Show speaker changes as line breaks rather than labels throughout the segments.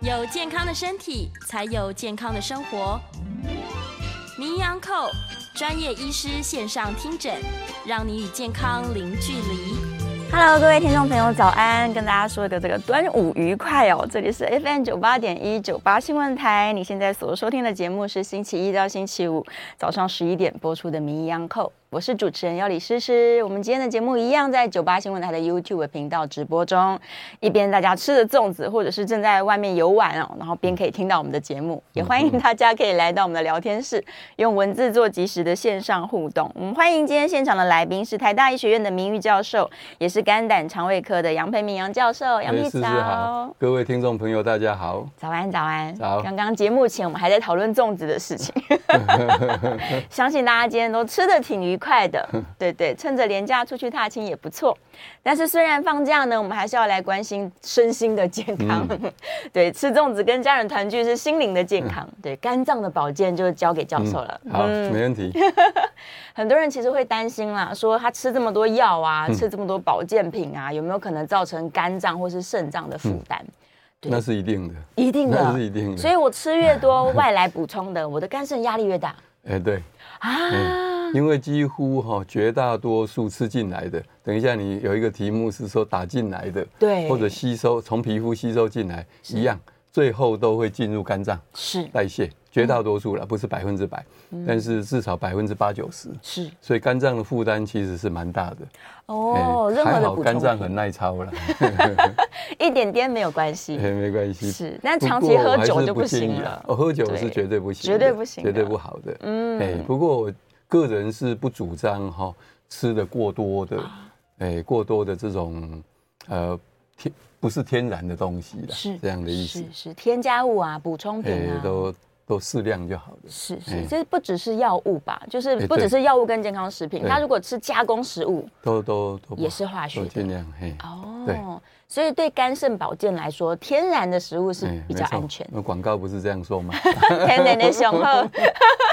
有健康的身体，才有健康的生活。名扬寇专业医师线上听诊，让你与健康零距离。
Hello，各位听众朋友，早安！跟大家说一个这个端午愉快哦。这里是 FM 九八点一九八新闻台，你现在所收听的节目是星期一到星期五早上十一点播出的《名医央叩》，我是主持人要李诗诗。我们今天的节目一样在九八新闻台的 YouTube 频道直播中，一边大家吃着粽子，或者是正在外面游玩哦，然后边可以听到我们的节目，也欢迎大家可以来到我们的聊天室，用文字做及时的线上互动。我们欢迎今天现场的来宾是台大医学院的名誉教授，也是肝胆肠胃科的杨培明杨教授。杨
哎
秘
思
早，
思好，各位听众朋友，大家好。
早安，早安。
早
刚刚节目前我们还在讨论粽子的事 情，相信大家今天都吃的挺愉快的。对对，趁着廉假出去踏青也不错。但是虽然放假呢，我们还是要来关心身心的健康。
嗯
对，吃粽子跟家人团聚是心灵的健康。
嗯
对，肝脏的保健就交给教授了。
好，没问题。
很多人其实会担心啦，说他吃这么多药啊，
嗯
吃这么多保健品啊，有没有可能造成肝脏或是肾脏的负担？对
那是一定的。
一定的，
嗯那是一定的
所以我吃越 多外来补充的，我的肝肾压力越大
哎，对，
啊。
因为几乎哈、绝大多数吃进来的，等一下你有一个题目是说打进来的，
对
或者吸收从皮肤吸收进来一样，最后都会进入肝脏
是
代谢，绝大多
嗯
数了，不是百分之百，但是至少百分之八九十。
是
所以肝脏的负担其实是蛮大的。
哦，
哎
任何
还
的
好
补
肝脏
充
很耐操了，
一点点没有关系
哎，，没关系。
是，但
不
长
过
期
我
喝
还
酒
是
就不
建
行
议
了
啊。哦，喝酒
对
是绝对不行的，
绝对不行的
绝对不好的。
嗯
嗯，哎，不过我个人是不主张哈、吃的过多的，
啊
哎，过多的这种呃天不是天然的东西啦，
是
啊这样的意思
是。是添加物啊，补充品
哎
啊，，
都都适量就好了。
是
哎
是，这不只是药物吧，就是
哎
不只
对
是药物跟健康食品，
对
他如果吃加工食物
都都都不
也
好
是化学
都
的
尽量嘿。对
哦，所以对肝肾保健来说，天然的食物是
哎
比
没
较
错
安全的。
那广告不是这样说吗？
天然的雄 厚，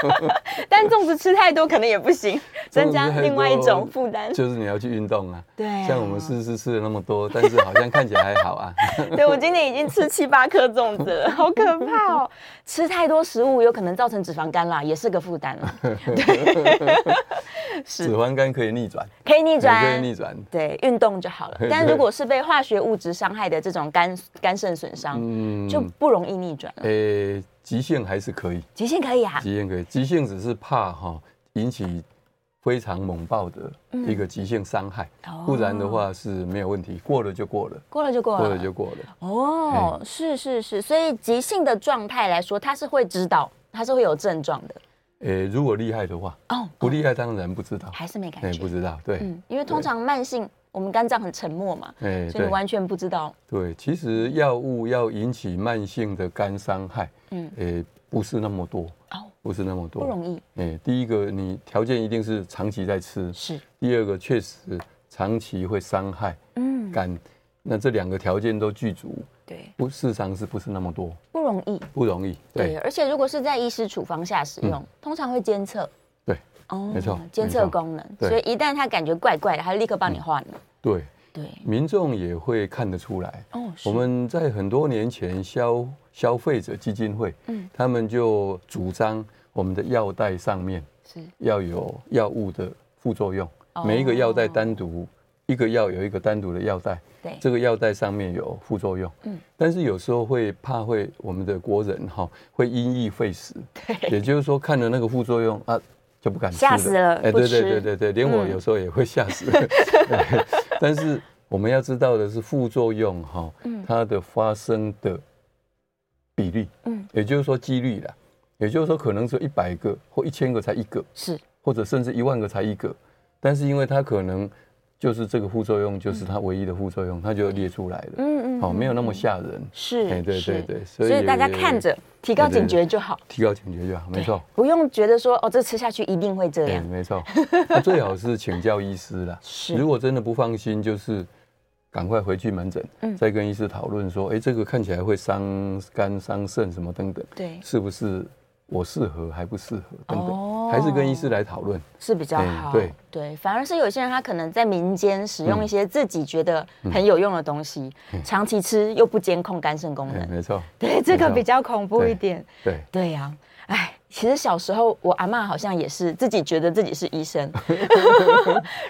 但粽子吃太多可能也不行，增加另外一种负担。
就是你要去运动啊。
对啊
像我们思思吃了那么多，但是好像看起来还好 啊。
对我今年已经吃七八颗粽子了，好可怕哦！吃太多食物有可能造成脂肪肝啦，也是个负担啦。
脂肪肝可以逆转，
可以逆
哎 可以
转，
逆转。
对，运动就好了。但如果是被化学物质伤害的这种肝肝肾损伤，
嗯
就不容易逆转了。
诶、急性呃还是可以，
极限可以啊，
急性可以，急性只是怕哈、引起非常猛爆的一个急性伤害，
嗯哦
不然的话是没有问题，过了就过了，
过了就过
过了
了。
就过了，
哦，是是是，所以急性的状态来说，它是会指导，它是会有症状的。
诶、呃如果厉害的话，
哦，
不厉害当然不知道，
还是没感
哎、
觉
不。知道，对，
哦嗯，因为通
对
常慢性我们肝脏很沉默嘛，
哎
所以
对
你完全不知道。
对，其实药物要引起慢性的肝伤害，
嗯
嗯，诶、不是那么多，
哦，
不是那么多，
不容易。
哎、第一个你条件一定是长期在吃，
是，
第二个确实长期会伤害
嗯，
肝，那这两个条件都具足，
对，
不市场是不是那么多？
不容易。
不容易，
对，啊
对
而且如果是在医师处方下使用，通常会监测。
对
哦
没错
监测功能。
对嗯
所以一旦他感觉怪怪的，他就立刻帮你换了。
对，
对，
民众也会看得出来。
哦，
我们在很多年前消消费者基金会，
嗯
他们就主张我们的药袋上面
是
要有药物的副作用
哦，
每一个药袋单独一个药有一个单独的药袋，
对，
这个药袋上面有副作用，
嗯
但是有时候会怕会我们的国人哈、会因噎废食，
对
也就是说看了那个副作用啊就不敢吃哎
吓死了不
对
吃
对对对对，连我
嗯
有时候也会 吓死，对但是我们要知道的是副作用哈、
嗯
它的发生的比例，
嗯，
也就是说几率啦，也就是说可能只有一百个或一千个才一个，
是
或者甚至一万个才一个，但是因为它可能就是这个副作用，就是它唯一的副作用，它就列出来了。
嗯嗯嗯
哦，没有那么
嗯
吓人，
是
哎，对
是
对对，
所以大家看着提高
对对
警觉
对
就好，
提高警觉就好，没错，
不用觉得说哦，这吃下去一定会这
对，
样。
嗯没错。那最好是请教医师啦。
啊 是
如果真的不放心，就是赶快回去门诊，
嗯
再跟医师讨论说，哎，这个看起来会伤肝、伤肾什么等等，
对
是不是我适合还不适合等等，
哦
还是跟医师来讨论。
是比较
哎
好。
对嗯
反而是有些人他可能在民间使用一些自己觉得很有用的东西，长期吃又不监控肝肾功
哎，
能，
没错，
对，这个
没错
比较恐怖一
对
点。
对，
对呀、哎，其实小时候我阿嬷好像也是自己觉得自己是医 生，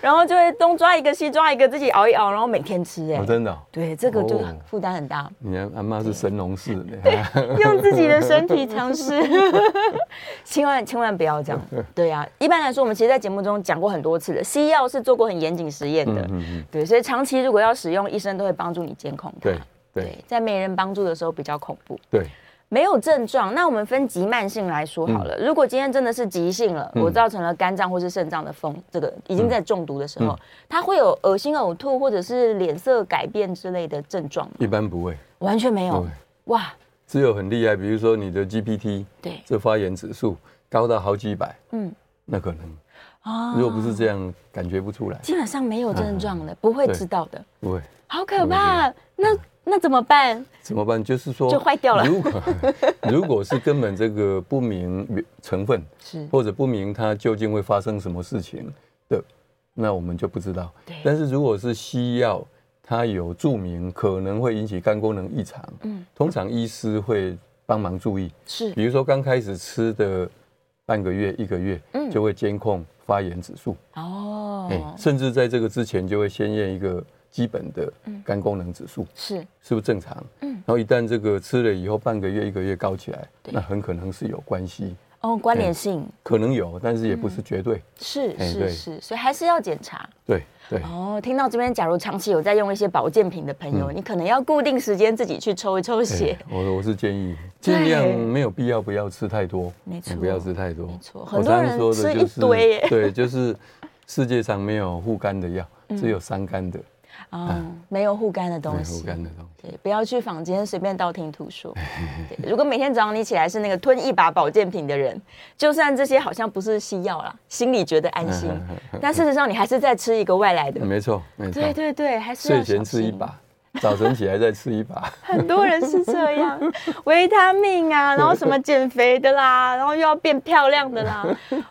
然后就会东抓一个西抓一个，自己熬一熬，然后每天吃、哎、
哦，真的哦，
对，这个就
哦
负担很大，
你的阿妈是神农氏的，
用自己的身体尝试， 千万千万不要这样。对呀、一般来说，我们其实，在节目中讲过很多次的，西药是做过很严谨实验的，
嗯嗯，
对，所以长期如果要使用，医生都会帮助你监控它。
对对
在没人帮助的时候比较恐怖。
对，
没有症状，那我们分急慢性来说好了。
嗯
如果今天真的是急性了，我造成了肝脏或是肾脏的风，这个已
嗯
经在中毒的时候，它会有恶心、呕吐或者是脸色改变之类的症状吗？
一般不会，
完全没有
对。
哇，
只有很厉害，比如说你的 GPT
对
这发炎指数高到好几百，
嗯
嗯，那可能
啊
如果不是这样，感觉不出来，
基本上没有症状
嗯
的，不会知道的，
不会。
好可怕。那那怎么办？
怎么办？就是说
就坏掉了
如果 如果是根本这个不明成分，
是
或者不明它究竟会发生什么事情的，那我们就不知道
对。
但是如果是西药，它有注明可能会引起肝功能异常，
嗯
通常医师会帮忙注意，
是
比如说刚开始吃的半个月、一个月，
嗯
就会监控发炎指数，哎、
哦，
甚至在这个之前就会先验一个基本的肝功能指数。
是
是不是正常？
嗯
然后一旦这个吃了以后半个月、一个月高起来，
对
那很可能是有关系，
哦，关联性
可能有，但是也不是绝对。
嗯是
哎
是
对
是，所以还是要检查。
对对
哦，听到这边，假如长期有在用一些保健品的朋友，
嗯
你可能要固定时间自己去抽一抽血
哎。我我是建议尽量没有必要不要吃太多，
没错
不要吃太多，
没错
我常常说的就
很多人吃一堆耶
是对，就是世界上没有护肝的药，
嗯
只有伤肝的，
哦，没有护肝的
哎啊没
东
有
西。
护肝的东西。
对，不要去坊间随便道听途说。
哎
对，如果每天早上你起来是那个吞一把保健品的人，就算这些好像不是西药啦，心里觉得安心，但事实上你还是在吃一个外来的。
嗯没错没错，
嗯对对对，还是要
嗯睡前吃一
小心
把，早晨起来再吃一把，
很多人是这样，维他命啊，然后什么减肥的啦，然后又要变漂亮的啦，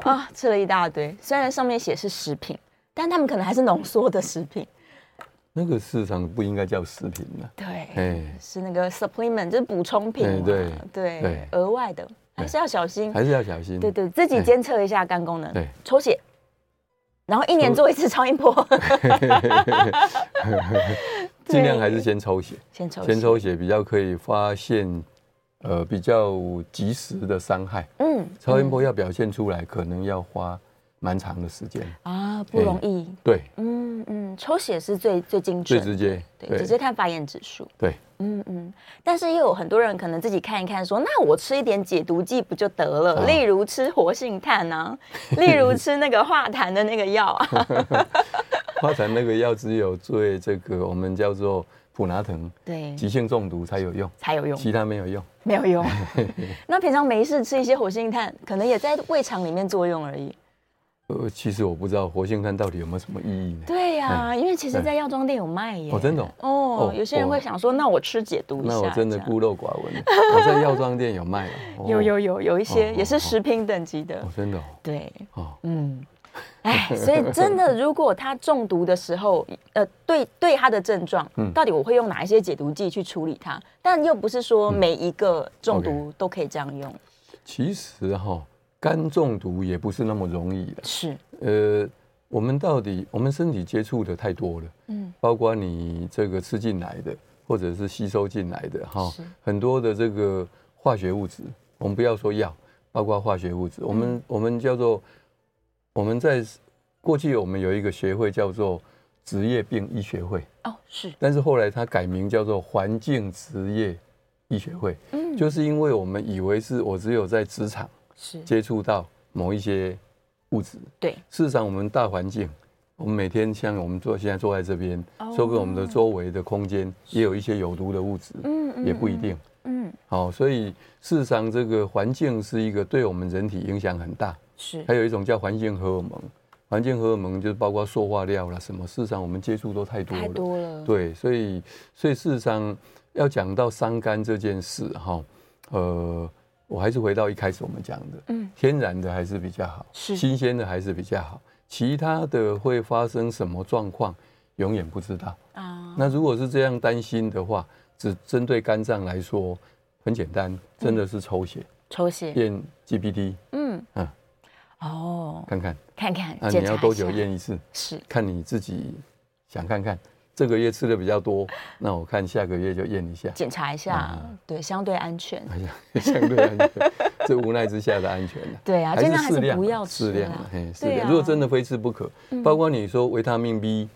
啊，吃了一大堆。虽然上面写是食品，但他们可能还是浓缩的食品。
那个市场不应该叫食品了。
对，
哎，
是那个 supplement，就是补充品嘛。
对
对
对，
额外的还是要小心。
还是要小心。
对对，自己监测一下肝功能，
对
抽血，然后一年做一次超音 波，
尽量还是先抽血，
先抽
先
血。
抽血比较可以发现，呃，比较及时的伤害。
嗯
超音波要表现出来，可能要花蛮长的时间。
啊，不容易。
对，
嗯嗯，抽血是最最精
最
准的
直。接，
对，直接看发炎指数。
对，
嗯嗯，但是又有很多人可能自己看一看说，那我吃一点解毒剂不就得了？
啊
例如吃活性炭 啊，例如吃那个化痰的那个药啊。
花坛那个药只有对这个我们叫做普拿疼
对，
急性中毒才有用，
才有用，
其他没有用。
没有 用。那平常没事吃一些活性炭，可能也在胃肠里面作用而已。
呃，其实我不知道活性炭到底有没有什么意义呢？
对呀、因为其实，
对
在药妆店有卖耶。
哎哦真的哦
哦
哦，
有些人
哦
会想说，那我吃解毒一下。
那我真的
这样
孤陋寡闻，我在药妆店有卖 哦。哦
有有，有有一些
哦
也
哦
是食品等级的
哦。真的哦
对，
哦，
嗯， 哎，所以真的，如果他中毒的时候，呃，对对他的症状，
嗯
到底我会用哪一些解毒剂去处理它？但又不是说
嗯
每一个中毒都可以这样用，
其实哈、肝中毒也不是那么容易的。
是，
呃，我们到底我们身体接触的太多了，
嗯，
包括你这个吃进来的，或者是吸收进来的哈
是，
很多的这个化学物质，我们不要说药，包括化学物质，我
嗯
们、我们叫做我们在过去我们有一个学会叫做职业病医学会，
哦，是，
但是后来它改名叫做环境职业医学会，
嗯，
就是因为我们以为是我只有在职场。
是，
接触到某一些物质。
对，
事实上，我们大环境，我们每天像我们坐现在坐在这边，
哦
说不定我们的周围的空间也有一些有毒的物质，
嗯嗯
也不一定。
嗯，
好、所以事实上，这个环境是一个对我们人体影响很大。
是
还，有一种叫环境荷尔蒙，环境荷尔蒙就是包括塑化料啦什么，事实上我们接触都太多
太
了。
多了，
对，所以所以事实上要讲到伤肝这件事哈，呃，我还是回到一开始我们讲的，
嗯，
天然的还是比较好，
是
新鲜的还是比较好，其他的会发生什么状况，永远不知道。
啊，
那如果是这样担心的话，只针对肝脏来说，很简单，真的是抽血
抽血，
验 GPT，
嗯
嗯，
哦，
看看
看看
啊，
检
你
查
要
一
多久
下
验一次？
是
看你自己想看看，这个月吃的比较多，那我看下个月就验一下。
检查一下
啊，
对，相对安全。
哎呀，相对安全，这无奈之下的安全、啊。
对啊，
还
尽
是
量还
适
是
量
不
啊，
要
适
吃
量
啦
啊，嘿，适
对啊嗯
量。如果真的非吃不可，包括你说维他命 B、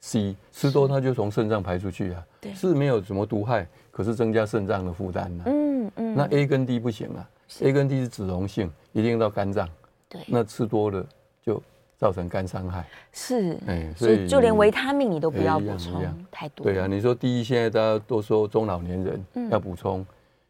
C 吃多，它就从肾脏排出去啊，
对
是没有什么毒害，可是增加肾脏的负担呐。啊
嗯嗯，
那 A 跟 D 不行啊，A 跟 D 是脂溶性，一定到肝脏，
对，
那吃多了就造成肝伤害。
是，
哎
所以就连
你
维他命你都不
哎
要
一
补
样一
充
样
太多。嗯
对啊，，你说第一，现在大家都说中老年人要补充，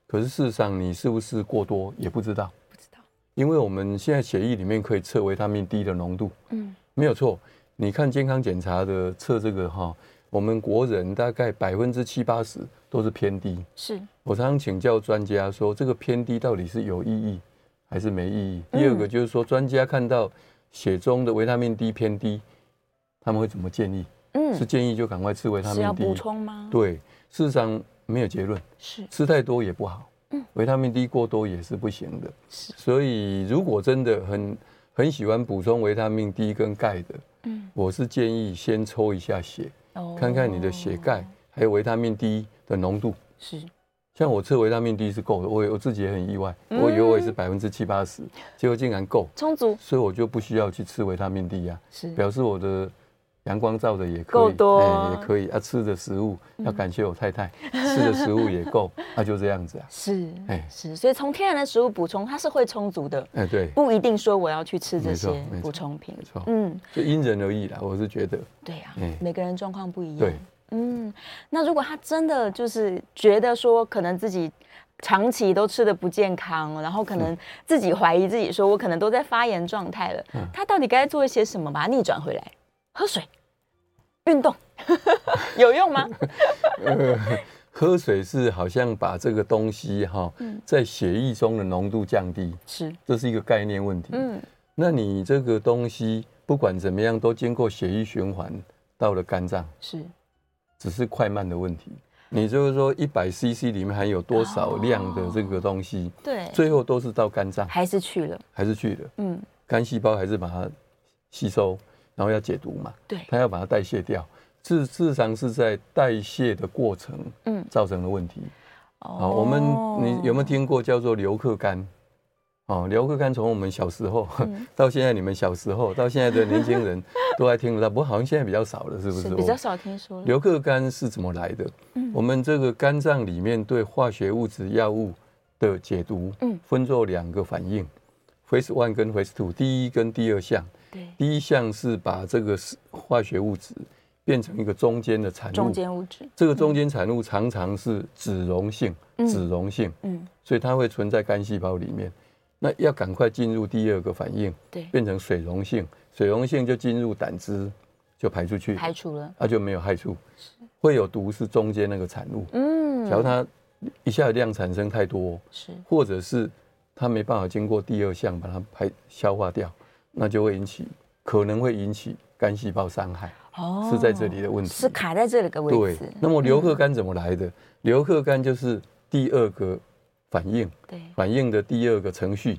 可是事实上你是不是过多也不知道，
不知道，
因为我们现在血液里面可以测维他命 D 的浓度，
嗯，
没有错。你看健康检查的测这个哈，我们国人大概百分之七八十都是偏低。
是
我常常请教专家说，这个偏低到底是有意义还是没意义？第二
嗯
个就是说，专家看到血中的维他命 D 偏低，他们会怎么建议？是
嗯，
建议就赶快吃维他
是要
命 D，
补充吗？，
对，事实上没有结论，
是
吃太多也不好，
嗯
维他命 D 过多也是不行的。
是
所以如果真的很很喜欢补充维他命 D 跟钙的，
嗯
我是建议先抽一下血，
哦
看看你的血钙还有维他命 D 的浓度。
是
像我吃维他命 D 是够的，我也我自己也很意外，我以为
嗯
我也是百分之七八十，结果竟然够，
充足，
所以我就不需要去吃维他命 D 呀、
是
表示我的阳光照的也可以，
够多嗯
哎也可以啊。吃的食物要感谢我太太，吃的食物也 够，啊，就这样子啊。
是
哎
是，所以从天然的食物补充，它是会充足的，
哎，对，
不一定说我要去吃这
没错
些
没错
补充品。
错
嗯，
就因人而异啦。我是觉得，
对呀
哎，
每个人状况不一样。
对，
嗯，那如果他真的就是觉得说，可能自己长期都吃的不健康，然后
嗯
可能自己怀疑自己，说我可能都在发炎状态了，
嗯
他到底该做一些什么把它逆转回来？喝水、运动 有用 吗？
喝水是好像把这个东西哈，
嗯
在血液中的浓度降低，
是，
这是一个概念问题。
嗯，
那你这个东西不管怎么样，都经过血液循环到了肝脏，
是
只是快慢的问题。你就是说，一百 CC 里面含有多少量的这个东西，
对，
最后都是到肝脏
还是去了，
还是去了。
嗯，
肝细胞还是把它吸收，然后要解毒嘛，
对，
它要把它代谢掉。事事实上是在代谢的过程，
嗯
嗯，造成的问题。啊、
哦
我们你有没有听过叫做硫克肝？哦，硫克肝从我们小时候、
嗯
到现在，你们小时候到现在的年轻人 都还听得到，不过好像现在比较少了，是不是？
是比较
我
少听说了，
硫克肝是怎么来的？
嗯
我们这个肝脏里面对化学物质、药物的解读，
嗯
分作两个反应，phase one 跟 phase two，第一跟第二项。
对，
第一项是把这个是化学物质变成一个中间的产物，
中间物质，
这个中间产物常常是脂溶性，脂溶性，
嗯，
所以它会存在肝细胞里面。那要赶快进入第二个反应，
对，
变成水溶性，水溶性就进入胆汁，就排出去，
排除了，
它就没有害处。会有毒是中间那个产物，
嗯，
假如它一下量产生太多，
是
或者是它没办法经过第二项把它排消化掉，那就会引起可能会引起肝细胞伤害，
哦
是在这里的问题。
是卡在这里的位
对
置，，
那么硫克肝怎么来的？硫克肝就是第二个反应，
对，
反应的第二个程序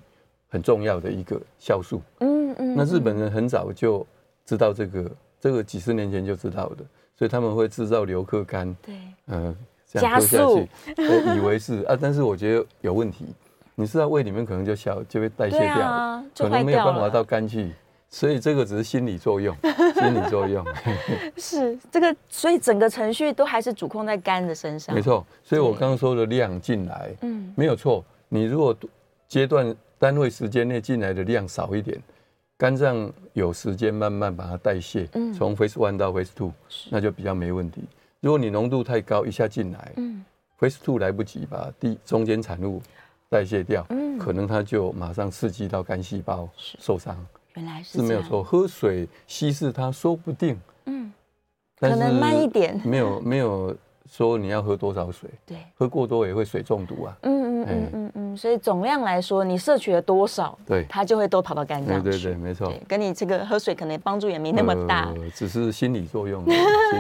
很重要的一个酵素。
嗯嗯
那日本人很早就知道这个，这个几十年前就知道的，所以他们会制造硫克肝，
对，
呃，这样
加
喝下
速
去，我以为是啊，但是我觉得有问题。你知道胃里面可能就小就被代谢
对
掉了，
啊就
可能没有
坏掉
办
了
法到肝去，所以这个只是心理作用，心理 作用，
是这个，所以整个程序都还是主控在肝的身上。
没，错。所以我
对
刚刚说的量进来，
嗯，
没有错。你如果阶段单位时间内进来的量少一点，肝脏有时间慢慢把它代谢，
嗯
从 phase one 到 phase two，
是
那就比较没问题。如果你浓度太高，一下进来、
嗯，
p h a s e two 来不及把第中间产物代谢掉，
嗯
可能它就马上刺激到肝细胞
是
受伤，
原来是
是没有
这样
错。，喝水稀释它，说不定，
嗯，
但
可
是
能慢一点
没有没有说你要喝多少水，
对，
喝过多也会水中毒啊。
嗯嗯
哎
嗯嗯嗯，所以总量来说，你摄取了多少，
对
它就会都跑到肝
对
脏去。
对对，没错
对，，跟你这个喝水可能帮助也没那么大，，
呃只是心理作用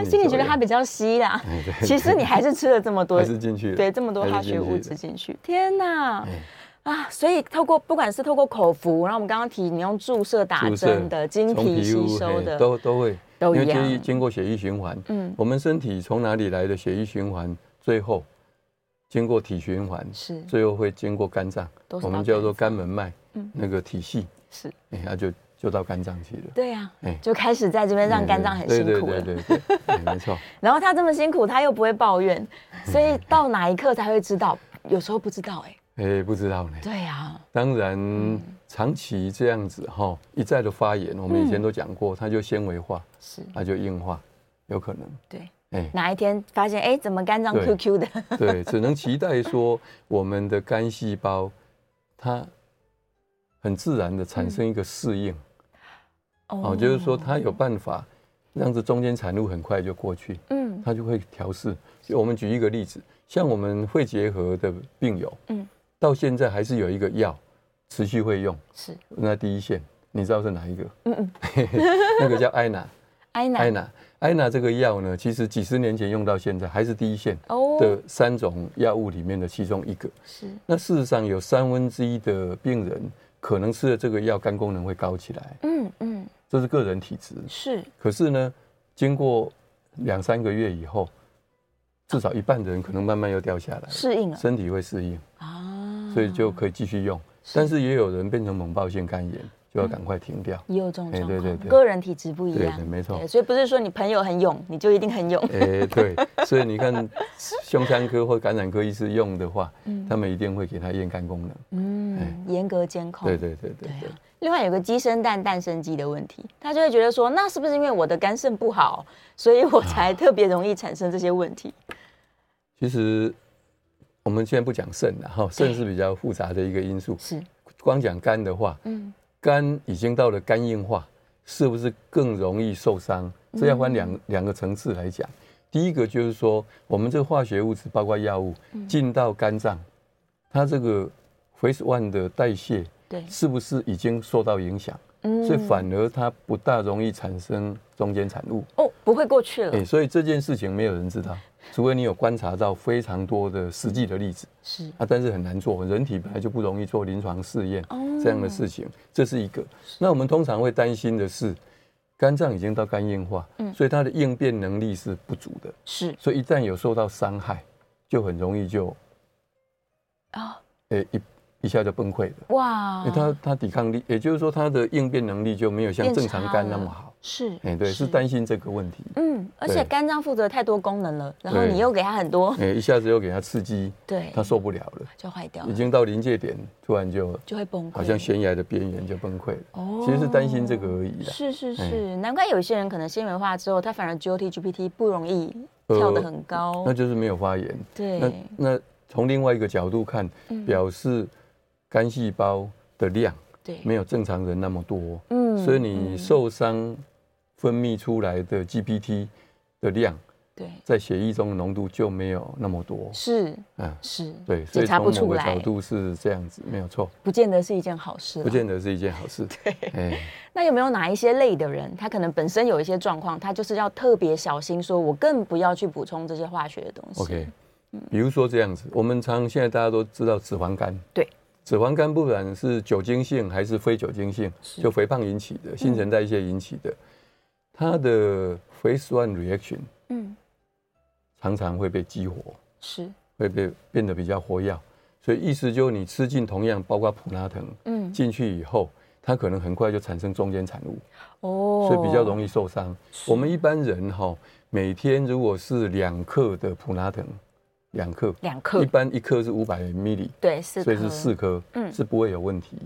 心里觉
作
得
用
它比较稀啦
哎呃对。对
其实你还是吃了这么多，
还是进去了
对这么多
还是
化学
进去
物
的
质进去，天哪！
哎
啊，所以透过不管是透过口服，然后我们刚刚提你用注射打
注射
针的、经
从
皮
肤
吸收
嘿
的，
都都会，
都
因
一
为
样
经经过血液循环，
嗯
我们身体从哪里来的血液循环，最后经过体循环，
是
最后会经过肝脏，
都是
我
到
们叫做
肝
肝门脉，
嗯
那个体系，
是，
哎，它就就到肝脏去了。
对呀、啊
哎，
就开始在这边让肝脏很辛苦
对
了。
对对对对，哎没错，
然后他这么辛苦，他又不会抱怨，所 以到哪一刻才会知道？有时候不知道哎、
哎，不知道呢。
对啊呀、
当
嗯
然，长期这样子哈，一再的发炎，我们以前都讲过，它就纤维化，
是
它就硬化，有可能。
对。
哎，
哪一天发现哎、怎么肝脏
对
QQ 的？
对，只能期待说我们的肝细胞它很自然的产生一个适应，
嗯
哦，就是说它有办法让这中间产物很快就过去，
嗯
它就会调试。我们举一个例子，像我们肺结核的病友，
嗯，
到现在还是有一个药持续会用，
是
那第一线你知道是哪一个？
嗯嗯，
那个叫艾娜，
艾
艾
奶
娜，艾娜这个药呢，其实几十年前用到现在还是第一线
哦
的三种药物里面的其中一个。
是
那事实上有三分之一的病人可能吃了这个药，肝功能会高起来，
嗯嗯
这是个人体质。
是
可是呢，经过两三个月以后，至少一半的人可能慢慢又掉下来，
适应了
身体会适应，
啊，
所以就可以继续用。但是也有人变成猛暴性肝炎，就要赶快停掉。
也有这种
哎
状
对
况，
对对
个人体质不一样，
对对没错哎
对所以不是说你朋友很勇，你就一定很勇，
诶， 对，所以你看，胸腔科或感染科医师用的话，他们一定会给他验肝功能。
嗯，严格监控，
哎对对对对
对啊
对，
另外有个鸡生蛋，蛋生鸡的问题，他就会觉得说，那是不是因为我的肝肾不好，所以我才特别容易产生这些问题？
其实我们现在不讲肾了哈，肾是比较复杂的一个因素。
是，
光讲肝的话，
嗯，
肝已经到了肝硬化，是不是更容易受伤？这要分两两个层次来讲。第一个就是说，我们这个化学物质包括药物进到肝脏，它这个 phase one 的代谢
对，
是不是已经受到影响？
嗯
所以反而它不大容易产生中间产物。
哦，不会过去了，
哎、所以这件事情没有人知道，除非你有观察到非常多的实际的例子
是
啊，但是很难做，人体本来就不容易做临床试验
哦
这样的事情，这是一个。那我们通常会担心的是，肝脏已经到肝硬化，
嗯
所以它的应变能力是不足的，
是
所以一旦有受到伤害，就很容易就
啊、
哎一一下就崩溃了。
哇
因为，它它抵抗力，也就是说它的应变能力就没有像
变
正常
差
肝那
了
么好。
是，
哎、对，是担心这个问题。
嗯，而且
对
肝脏负责太多功能了，然后
对
你又给他很多，
哎、一下子又给他刺激，
对，
他受不了了，
就坏掉
已
了，
经到临界点，突然就
嗯就会崩溃，
好像悬崖的边缘就崩溃了。
哦
其实是担心这个而已啦。
是是
哎
是，难怪有些人可能纤维化之后，他反而 GOT、GPT 不容易跳得很高
那，就是没有发炎。呃那
哦对，嗯
那从另外一个角度看，表示肝细胞的量
对，
没有正常人那么多，
嗯
所以你受伤分泌出来的 GPT 的量
对，
在血液中的浓度就没有那么多。
是
嗯，
是，
对，所
检
以
查
从
不
某
出
个
来
角，度是这样子，没有错，
不见得是啊一件好事啦。
不见得是一件好事。 对，哎。
那有没有哪一些类的人，他可能本身有一些状况，他就是要特别小心，说我更不要去补充这些化学的东西。
OK，比
嗯
如说这样子，我们常现在大家都知道脂肪肝，
对，
脂肪肝不管是酒精性还是非酒精性，就肥胖引起的，
嗯
新陈代谢引起的，它的 phase one reaction
嗯，
常常会被激活，
是，
会被变得比较活跃，所以意思就是你吃进同样包括普拉腾
嗯，
进去以后，它可能很快就产生中间产物，
哦
所以比较容易受伤。我们一般人哈，每天如果是两克的普拉腾，两克。
两克
一，般一颗是五百 ml，
对，四
所
克，
以是四颗，
嗯
是不会有问题，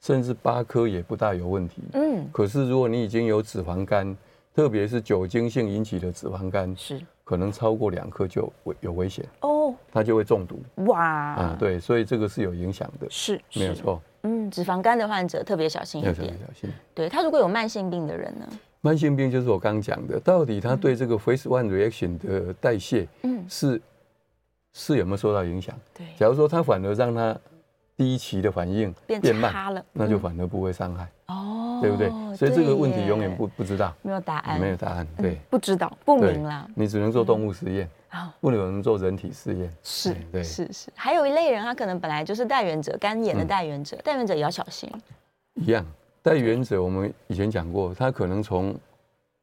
甚至八颗也不大有问题。
嗯，
可是如果你已经有脂肪肝，特别是酒精性引起的脂肪肝，
是，
可能超过两颗就危有危险，
哦，
它就会中毒啊
哇，，，
对，所以这个是有影响的，
是，
没有
是，
错，
嗯，脂肪肝的患者特别小心
要
一
小
点
心。小心。
对他如果有慢性病的人呢，
慢性病就是我刚讲的，到底它对这个 phase one reaction 的代谢
嗯，
是是有没有受到影响？
对，
假如说它反而让它第一期的反应
变
变慢，
差了
那就
嗯
反而不会伤害，
哦，
对不对？所以这个问
对
题
耶
永远不不知道，
没有答案，
没有答案，
嗯
对，
不知道，不
对
明啦。
你只能做动物实验，
啊，
不能做人体试验，
是
哎对
是是，还有一类人，他可能本来就是代言者，干眼的
嗯
代言者，代言者也要小心。
一样。带原者，我们以前讲过，它可能从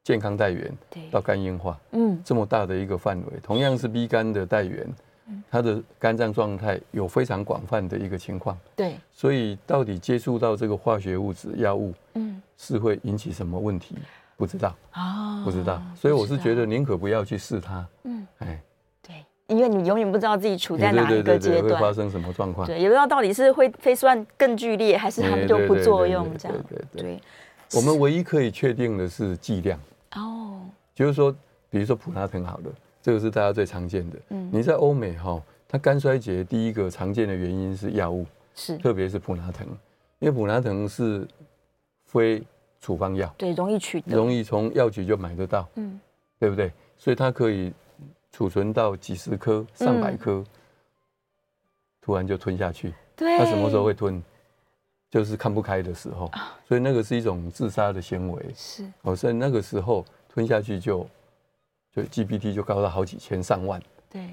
健康带源
对，
到肝硬化
嗯，
这么大的一个范围，同样是 B 肝的带源，
嗯
它的肝脏状态有非常广泛的一个情况，
对，
所以到底接触到这个化学物质、药物
嗯，
是会引起什么问题，不知道，
哦，
不知道。所以我是觉
得，
得宁可不要去试它，
嗯，
哎，
对，因为你永远不知道自己处在
对
哪一
对
个
对
阶
对，会发
段，
生什么状况？
对，也不知道到底是会飞算更剧烈，还是他们
哎
就
对
不
对
作
对
用
对
这样。
对对
对，
我们唯一可以确定的是剂量，
哦，
就是说，比如说普拉疼好了，这个是大家最常见的。
嗯
你在欧美哈、它肝衰竭第一个常见的原因是药物，
是，
特别是普拉疼，因为普拉疼是非处方药，
对，容易取得，
容易从药局就买得到，
嗯，
对不对？所以它可以储存到几十颗、上
嗯
百颗，突然就吞下去。
对，
它什么时候会吞？就是看不开的时候，
啊
所以那个是一种自杀的行为。
是？
哦，所以那个时候吞下去就就 GPT 就高到好几千上万，
对，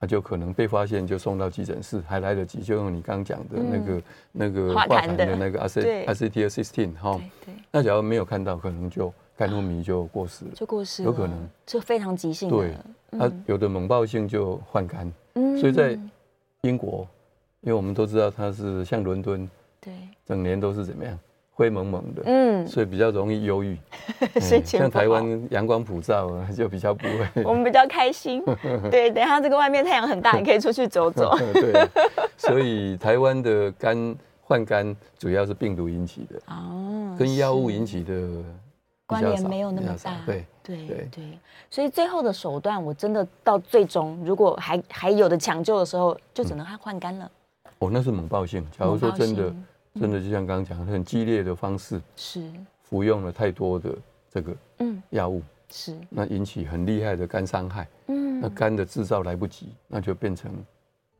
那就可能被发现就送到急诊室，还来得及，就用你刚讲的那个、那个
嗯化痰的
的那个
对
acet acetyl cysteine 哈
对，对，
那假如没有看到，可能就肝昏迷就过世了。
就过世了，
有可能
就非常急性的，
对
嗯，
啊，有的猛暴性就换肝。
嗯
所以在英国，因为我们都知道它是像伦敦，
对，
整年都是怎么样灰蒙蒙的，
嗯，
所以比较容易忧 郁。
心
哎
情
像
不
台
好
湾阳光普照啊， 就比较不会。
我们比较开 心。对，等一下这个外面太阳很大，你可以出去走走。
对，所以台湾的肝患肝主要是病毒引起的，
哦，
跟药物
是
引起的比
关
较
联
少
没有那
比
么
较少
大。
对，
对
对
对，所以最后的手段，我真的到最终，如果还还有的抢救的时候，就只能换换肝了。
哦，那是猛暴性。假如说
猛暴
真的
性，嗯
真的就像刚刚讲，的，很激烈的方式
是，
服用了太多的这个
嗯，
药物，
是，
那引起很厉害的肝伤害，那
嗯
肝的制造来不及，那就变成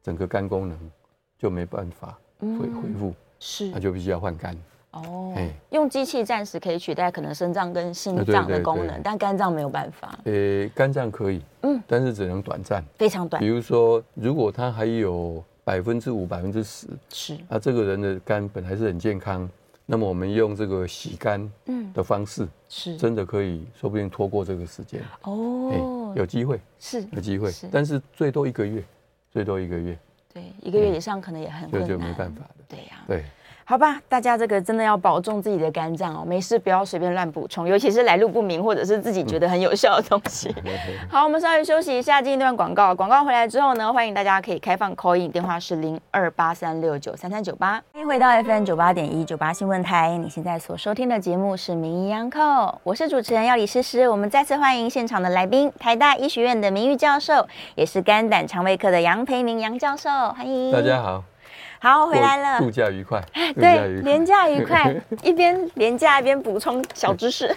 整个肝功能就没办法恢恢复，
嗯是
那就必须要换肝。
哦
哎，
用机器暂时可以取代可能肾脏跟心
对啊对
脏的
对
功
对
能，但肝脏没有办法，
呃，肝脏可以，
嗯
嗯，但是只能短暂。
非常短
比，如说，如果他还有百分之五、百分之十，
是，
啊，这个人的肝本来是很健康，那么我们用这个洗肝
嗯，
的方式，
是，
真的可以，说不定拖过这个时间，哎、
哦，
有机会，
是
有机会
是，
但是最多一个月，最多一个月，
对，一个月
嗯
以上可能也很困
就
难，
就没办法了。
对呀、
对，
好吧，大家这个真的要保重自己的肝脏哦，没事不要随便乱补充，尤其是来路不明或者是自己觉得很有效的东西。好，我们稍微休息一下，进一段广告。广告回来之后呢，欢迎大家可以开放 call in，电话是零二八三六九三三九八。欢迎回到 FM 九八点一九八新闻台，你现在所收听的节目是《名医央叩》，我是主持人要李诗诗。我们再次欢迎现场的来宾，台大医学院的名誉教授，也是肝胆肠胃科的杨培明杨教授，欢迎
大家。好，
好，嗯回来了啊
过。度假愉快，度假
对，
愉
廉
快。
价愉快，一边廉价一边补充小知 识。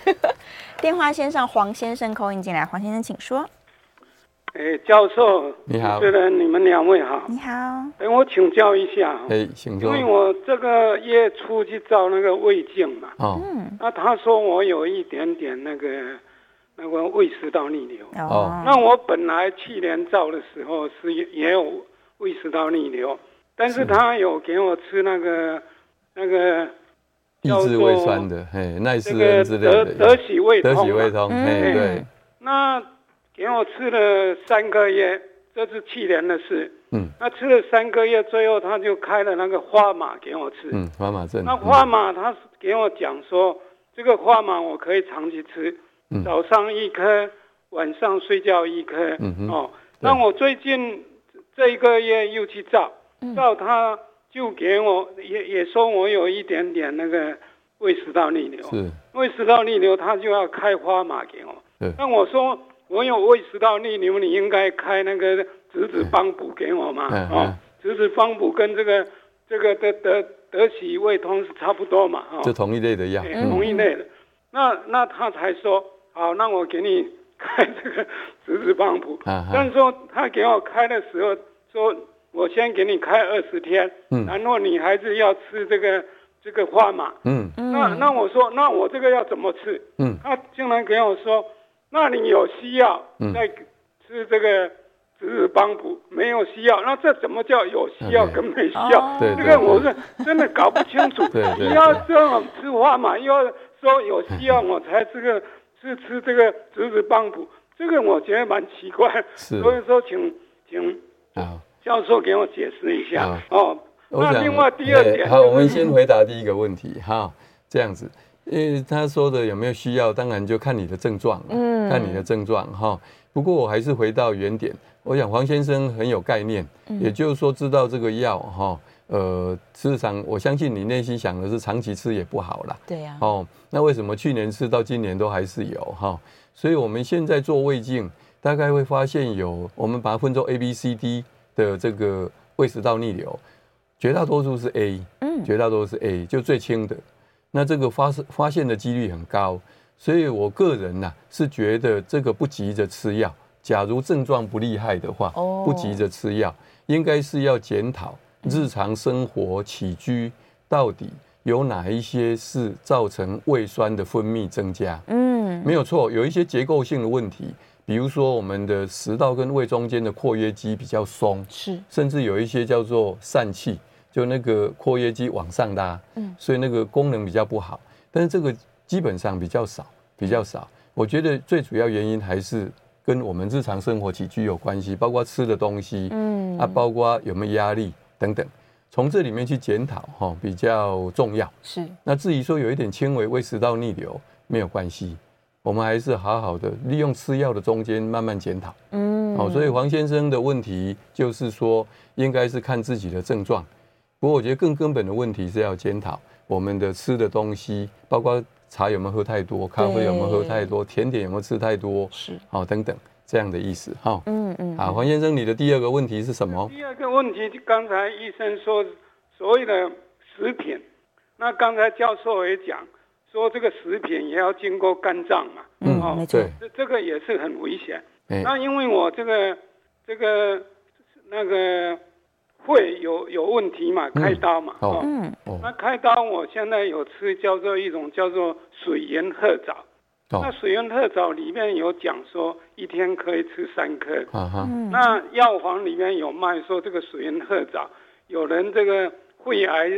电话线上黄先生扣音进来，黄先生请说。
哎，教授，
你好
主持人，你们两位好。
你好，
哎，我请教一下，
哎，请
因
坐。
为我这个月初去照那个胃镜嘛，
哦
嗯
那他说我有一点点那个那个胃食道逆流。
哦
哦，
那我本来去年照的时候是也有胃食道逆流，但是他有给我吃那个那个
抑制胃酸的，嘿，奈
这
斯
个
恩之类
德
的
德，喜胃
德喜
痛
胃
嘛，
通，嘿，
嗯
对，
那给我吃了三个月，这是去年的事。
嗯
那吃了三个月，最后他就开了那个花马给我吃。
嗯，黄马症，
那花
嗯
马他是给我讲说，这个花马我可以长期吃，
嗯
早上一颗，晚上睡觉一颗。
嗯哼
哦，
对
那我最近这一个月又去照
嗯，
照他就给我也也说我有一点点那个胃食道逆流。
是
胃食道逆流，他就要开花马给我
对。
那我说我有胃食道逆流，你应该开那个质子帮补给我嘛
嗯，
哦
嗯，
质子帮补跟这个这个德德德喜胃通是差不多嘛，
就
哦，
同一类的药，
哎
嗯
同一类的。那那他才说好，那我给你开这个质子帮补。
啊哈
但是说他给我开的时候说我先给你开二十天，
嗯
然后你还是要吃这个这个花嘛。
嗯
那那我说，那我这个要怎么吃？
嗯
他竟然给我说，那你有需要
嗯
再吃这个植日帮补，没有需要，那这怎么叫有需要
嗯
跟没需要
哦？
对
这
对
个我
对
是真的搞不清楚
对对。对
你要这种吃法嘛，又要说有需要我才这个吃吃这个植日帮补，这个我觉得蛮奇怪。
是
所以说请请
好。
教授给我解释一下
好
哦。
啊我
那
想
另外第二
哎
点，
好，我们先回答第一个问题哈，这样子，因为他说的有没有需要，当然就看你的症状，
嗯
嗯，看你的症状哈。不过我还是回到原点，我想黄先生很有概念，也就是说知道这个药哈，呃，事实上我相信你内心想的是长期吃也不好啦，
对呀、
哦，那为什么去年吃到今年都还是有哈、所以我们现在做胃镜，大概会发现有我们把它分作 A、B、C、D 的这个胃食道逆流，绝大多数是 A，
嗯
绝大多数是 A，就最轻的。那这个发生发现的几率很高，所以我个人呐、是觉得这个不急着吃药。假如症状不厉害的话，
哦嗯
不急着吃药，应该是要检讨日常生活起居到底有哪一些是造成胃酸的分泌增加。
嗯，
没有错，有一些结构性的问题，比如说我们的食道跟胃中间的括约肌比较松，
是
甚至有一些叫做疝气，就那个括约肌往上拉，
嗯
所以那个功能比较不好。但是这个基本上比较少，比较少。我觉得最主要原因还是跟我们日常生活起居有关系，包括吃的东西，
嗯
啊，包括有没有压力等等，从这里面去检讨哈、哦比较重要。
是
那至于说有一点轻微胃食道逆流没有关系，我们还是好好的利用吃药的中间慢慢检讨。
嗯
哦，所以黄先生的问题就是说，应该是看自己的症状。不过我觉得更根本的问题是要检讨我们的吃的东西，包括茶有没有喝太多，咖啡有没有喝太多，甜点有没有吃太多，
是
好、等等这样的意思哈。
嗯嗯
好，黄先生，你的第二个问题是什么？
第二个问题，刚才医生说所谓的食品，那刚才教授也讲说这个食品也要经过肝脏嘛，
嗯
没错
对，
这这个也是很危险。
哎、
那因为我这个这个那个会有有问题嘛，
嗯
开刀嘛，
哦
嗯
那
哦
开刀我现在有吃叫做一种叫做水盐褐藻，那
哦，
水盐褐藻里面有讲说一天可以吃三颗，
啊哈，
嗯
那药房里面有卖说这个水银褐藻，有人这个肺癌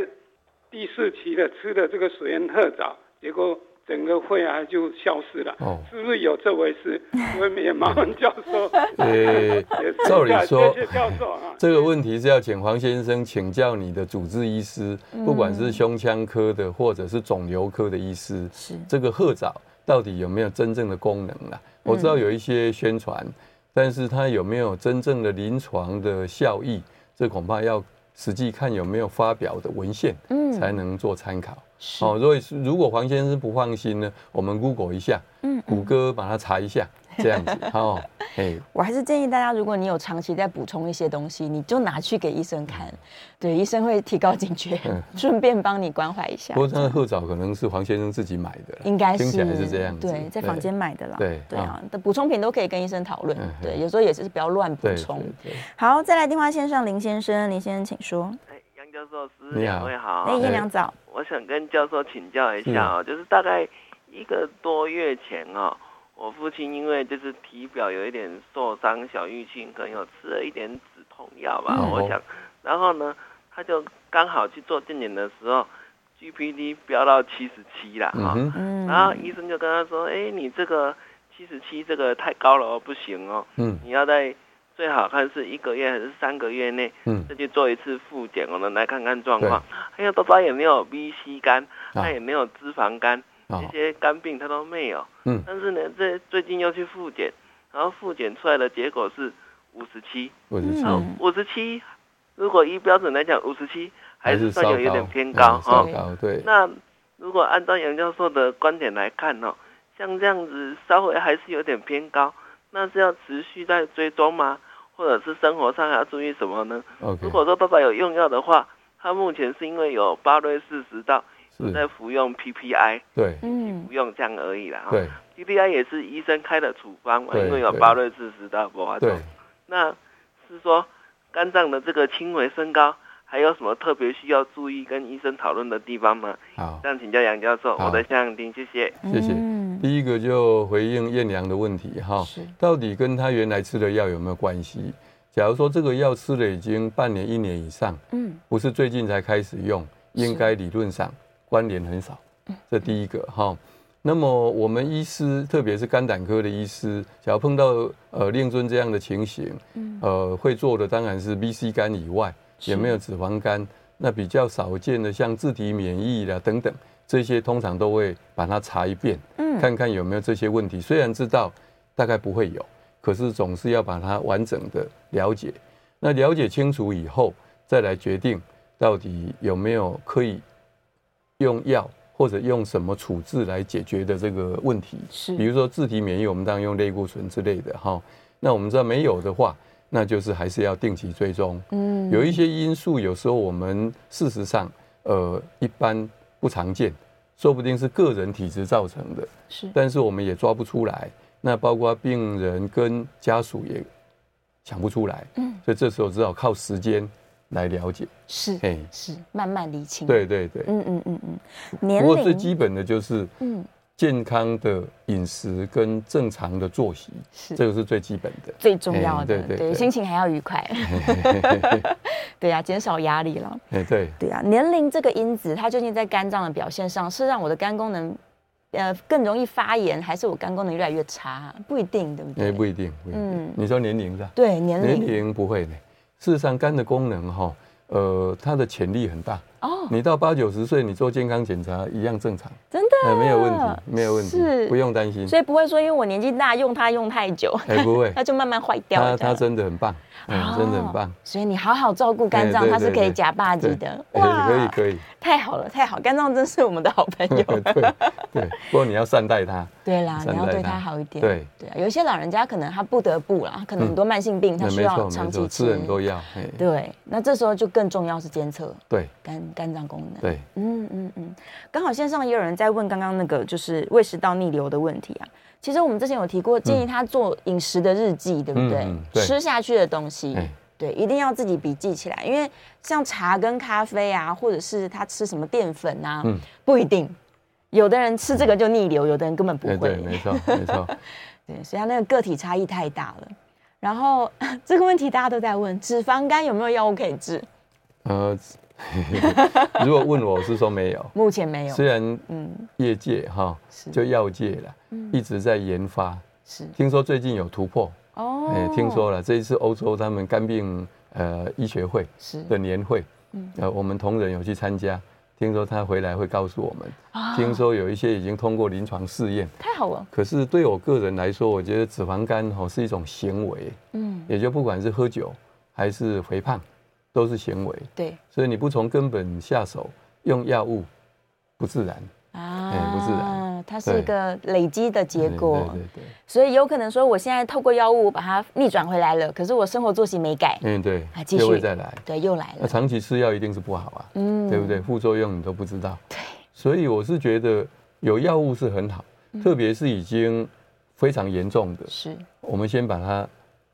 第四期的吃的这个水银褐藻，结果整个肺癌就消失了，
哦
是不是有这回事？ 我也麻烦教授
呃、
解释一下。
照理说
谢谢教授啊。
这个问题是要请黄先生请教你的主治医师，
嗯
不管是胸腔科的或者是肿瘤科的医师，
是嗯
这个褐藻到底有没有真正的功能啊？我知道有一些宣传，但是它有没有真正的临床的效益，这恐怕要实际看有没有发表的文献
嗯
才能做参考。
是
哦，所以是如果黄先生不放心呢，我们 Google 一下，
嗯
谷歌把它查一下，这 样子。哦，哎，
我还是建议大家，如果你有长期在补充一些东西，你就拿去给医生看，
嗯
对，医生会提高警觉， 顺便帮你关怀一下
不。过他的褐藻可能是黄先生自己买的啦，
应该是
听起来是这样子。
对，在房间买的啦。
对
对啊，的补充品都可以跟医生讨论
嗯。
对，有时候也是不要乱补
对对
充。
对，
好，再来电话线上林先生，林先生请说。
哎，杨教授，师
你
两
好
位好
哎，
哦。
叶良早，
我想跟教授请教一下
嗯
哦，就是大概一个多月前哦，我父亲因为就是体表有一点受伤，小淤青，可能有吃了一点止痛药吧，
嗯
我想，然后呢，他就刚好去做健检的时候，GPD 飙到七十七啦，
嗯
哈、
哼，
嗯
然后医生就跟他说，哎，你这个七十七这个太高了哦，不行哦，
嗯
你要在最好看是一个月还是三个月内。
嗯
再去做一次复检，我们来看看状况。哎呀，都发也没有 B C 肝，他也没有脂肪肝，
啊
这些肝病他都没有。
嗯
但是呢，这最近又去复检，然后复检出来的结果是五十七，
我是
嗯
说
五十七，如果依标准来讲，五十七还是
稍
算有有点偏高
嗯
哈、
哦
稍高对，
那如果按照杨教授的观点来看哦，像这样子稍微还是有点偏高，那是要持续在追踪吗？或者是生活上还要注意什么呢？
OK，
如果说爸爸有用药的话，他目前是因为有巴瑞氏食道在
是，
服用 PPI，
对
嗯
服用这样而已啦。
对
p p i 也是医生开的处方嘛，
对
因为有巴瑞氏食道不好
对，
那是说肝脏的这个轻微升高，还有什么特别需要注意跟医生讨论的地方吗？
好，
这样请教杨教授，
好
我的向丁，谢谢。
谢谢
嗯
第一个就回应燕良的问题哈
是，
到底跟他原来吃的药有没有关系？假如说这个药吃了已经半年、一年以上，
嗯
不是最近才开始用，应该理论上关联很少，这第一个哈。那么我们医师，特别是肝胆科的医师，假如碰到呃令尊这样的情形，呃，会做的当然是 B C 肝以外，也没有脂肪肝，那比较少见的像自体免疫啦等等，这些通常都会把它查一遍，
嗯
看看有没有这些问题。虽然知道大概不会有，可是总是要把它完整的了解。那了解清楚以后，再来决定到底有没有可以用药或者用什么处置来解决的这个问题。
是
比如说自体免疫，我们当然用类固醇之类的哈。那我们知道没有的话，那就是还是要定期追踪。
嗯
有一些因素，有时候我们事实上，呃，一般不常见，说不定是个人体质造成的，
是
但是我们也抓不出来。那包括病人跟家属也想不出来，
嗯
所以这时候只好靠时间来了解。
是
嘿，
是慢慢理清。，
对对对。
嗯嗯嗯嗯，年
不过最
龄
基本的就是
嗯
健康的饮食跟正常的作息，
是
这个是最基本的。
最重要
哎
的，
对对对
心情还要愉 快，对呀、减少压力了。
哎，对，
对啊，年龄这个因子，它究竟在肝脏的表现上是让我的肝功能，呃，更容易发炎，还是我肝功能越来越差？不一定，对不对？
哎，不一定，不一
嗯
定。你说年龄是吧？
对，年
年
龄
龄不会呢。事实上，肝的功能哈，呃，它的潜力很大。
哦，
你到八九十岁，你做健康检查一样正常，
真的、
哎，没有问题，没有问题
啊是，
不用担心。
所以不会说因为我年纪大用它用太 久，
哎，不 会
它，就慢慢坏掉
它
了。
它
这样
真的很棒，
哦
嗯，真的很棒。
所以你好好照顾肝
哎
脏，
对
它是
对
可以
对
假霸
对
基的。
哎，可以可以，
太好了，太好，肝脏真是我们的好朋 友。
对对。不过你要善待它，
对啦，
善
你要
待
对
它
它好一点。
对
对啊，有一些老人家可能他不得不啦，可能很多慢性病，他
那
需
哎嗯没
要
错
长
没
期
错，吃很多药，哎，
对，那这时候就更重要是监测
对
肝肝脏功能。，
对。
嗯嗯嗯，刚好线上也有人在问刚刚那个就是胃食道逆流的问题啊。其实我们之前有提过，建议他做饮食的日记，对不对？
嗯嗯嗯对
吃下去的东西，
哎
对，一定要自己笔记起来，因为像茶跟咖啡啊，或者是他吃什么淀粉啊，
嗯
不一定。有的人吃这个就逆流，有的人根本不
哎，
会。
对，没错，没错，
对，所以它那个个体差异太大了。然后 这个问题大家都在问，脂肪肝有没有药物可以治？
呃， 如果问我是说没有，
目前没有。
虽然
嗯，
业界哈
是，嗯
就药界了，一直在研发，
是
听说最近有突破，
哦
哎，听说了，这一次欧洲他们肝病呃医学会
是
的年会
嗯，
呃，我们同仁有去参加，听说他回来会告诉我们，
啊
听说有一些已经通过临床试验，
太好了，
可是对我个人来说，我觉得脂肪肝哦是一种行为，
嗯，
也就不管是喝酒还是肥胖，都是行为。
对
所以你不从根本下手，用药物不自然。
啊
哎不自然
它是一个累积的结果，
对对对
所以有可能说我现在透过药物把它逆转回来了，可是我生活作息没改，
对，嗯对
啊，继续
就会再来。
对，又来
那
了，
长期吃药一定是不好啊，
嗯
呃对不？对？副作用你都不知道。对，所以我是觉得有药物是很好，
嗯
特别是已经非常严重的，
是，
我们先把它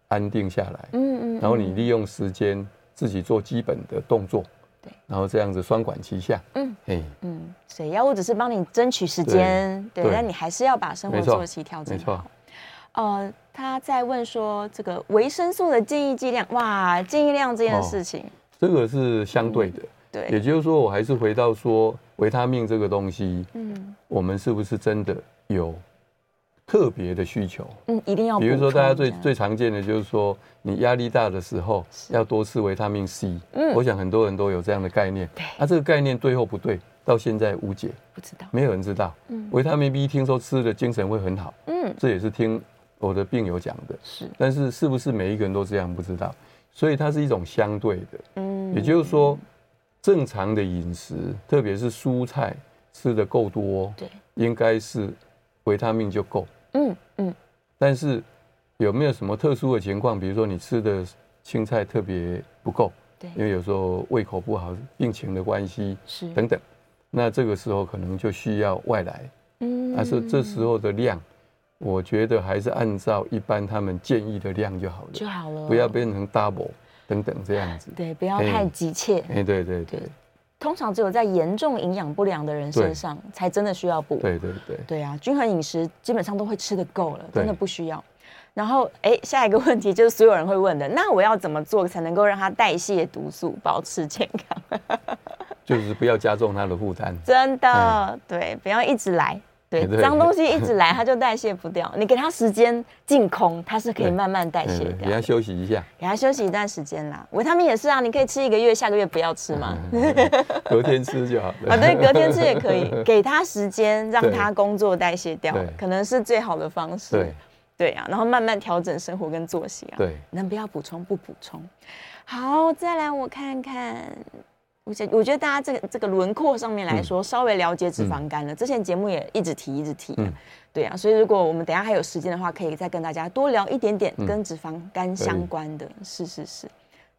安定下来，
嗯嗯，
然后你利用时间自己做基本的动作，
对，
然后这样子双管齐下，
嗯，
哎，
嗯，所以药物只是帮你争取时间，对，
对
但你还是要把生活
没错
作息调整
没错
好。呃，他在问说这个维生素的建议剂量，哇，建议量这件事情，
这个是相对的。哦也
嗯对，
就是说，我还是回到说，维他命这个东西，
嗯
我们是不是真的有特别的需求？
嗯，一定要补
比
充这
如
样。
说，大家最最常见的就是说，你压力大的时候要多吃维他命 C。
嗯
我想很多人都有这样的概念。
对
啊，这个概念对或不对，到现在无解，
不知道，
没有人知道。
嗯
维他命 B 听说吃了精神会很好，
嗯，
这也是听我的病友讲的。
是，
但是是不是每一个人都这样不知道，所以它是一种相对的。
嗯，
也就是说，正常的饮食，特别是蔬菜吃的够多，
对，
应该是维他命就够。
嗯嗯
但是有没有什么特殊的情况，比如说你吃的青菜特别不够，
对
因为有时候胃口不好、病情的关系
是，
等等，那这个时候可能就需要外来。
嗯
但是这时候的量，我觉得还是按照一般他们建议的量就好了，
就好了，
不要变成 double。等等这样子。
对，不要太急切。
哎，对对对
通常只有在严重营养不良的人身上，才真的需要补。
对对对，
对啊，均衡饮食基本上都会吃得够了，
对
真的不需要。然后，哎，下一个问题就是所有人会问的，那我要怎么做才能够让它代谢毒素，保持健康？
就是不要加重他的负担。
真的，对，不要一直来，对，
哎对
脏东西一 直来，它就代谢不掉。你给它时间净空，它是可以
对
慢慢代谢
嗯
掉
给他
的。
休息一下，
给它休息一段时间啦，维他命也是啊，你可以吃一个月，下个月不要吃嘛。
隔天吃就好了。
啊，对，隔天吃也可以， 给它时间，让
嗯对
它工作代谢掉
对，
可能是最好的方式。
对
对啊，然后慢慢调整生活跟作息啊。，
对，
能不要补充不补充。好，再来我看看，我觉我觉得大家这个这个轮廓上面来说，稍微了解脂肪肝了。之前节目也一直提，一直提、啊。
嗯
对啊，所以如果我们等一下还有时间的话，可以再跟大家多聊一点点跟脂肪肝相关的。是是是，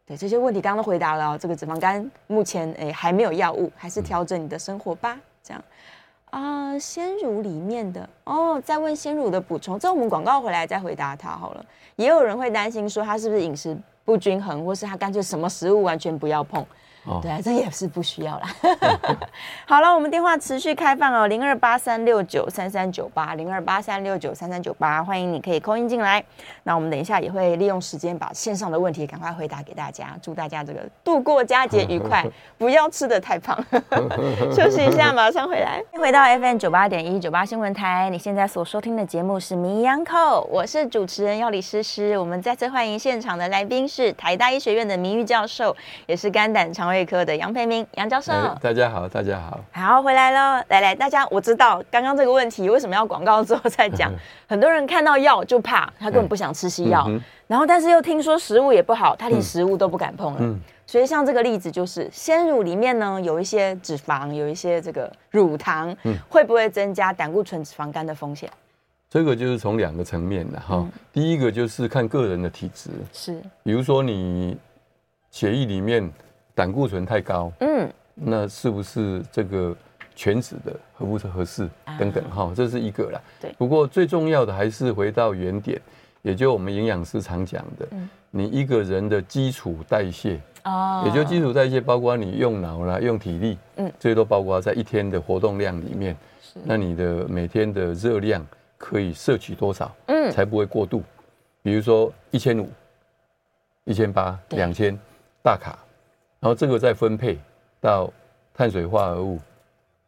对这些问题刚刚都回答了哦、这个脂肪肝目前诶还没有药物，还是调整你的生活吧。这样。啊、鲜乳里面的哦，再问鲜乳的补充，这我们广告回来再回答他好了。也有人会担心说他是不是饮食不均衡，或是他干脆什么食物完全不要碰。
哦
对啊，这也是不需要啦。好了，我们电话持续开放哦，零二八三六九三三九八，零二八三六九三三九八，欢迎你可以扣音进来。那我们等一下也会利用时间把线上的问题赶快回答给大家，祝大家这个度过佳节愉快，不要吃的太胖。休息一下，马上回来。欢迎回到 FM 九八点一九八新闻台，你现在所收听的节目是《名医央叩》，我是主持人药理诗诗。我们再次欢迎现场的来宾是台大医学院的名誉教授，也是肝胆肠胃科的杨培明杨教授。
哎大家好，大家好，
好，回来了，来来，大家我知道刚刚这个问题为什么要广告之后再讲，很多人看到药就怕，他根本不想吃西药，
嗯嗯哼
然后但是又听说食物也不好，他连食物都不敢碰了。
嗯
所以像这个例子就是，鲜乳里面呢有一些脂肪，有一些这个乳糖，
嗯
会不会增加胆固醇脂肪肝的风险？
这个就是从两个层面的哈。第一个就是看个人的体质，
是，
比如说你血液里面胆固醇太高，
嗯，
那是不是这个全脂的合不合适等等哈，这是一个啦。
啊对
不过最重要的还是回到原点，也就我们营养师常讲的，你一个人的基础代谢，
嗯哦
也就基础代谢包括你用脑啦、用体力，
嗯
嗯，这些都包括在一天的活动量里面。那你的每天的热量可以摄取多少，
嗯
才不会过度？比如说一千五、一千八、
对
两千大卡，然后这个再分配到碳水化合物、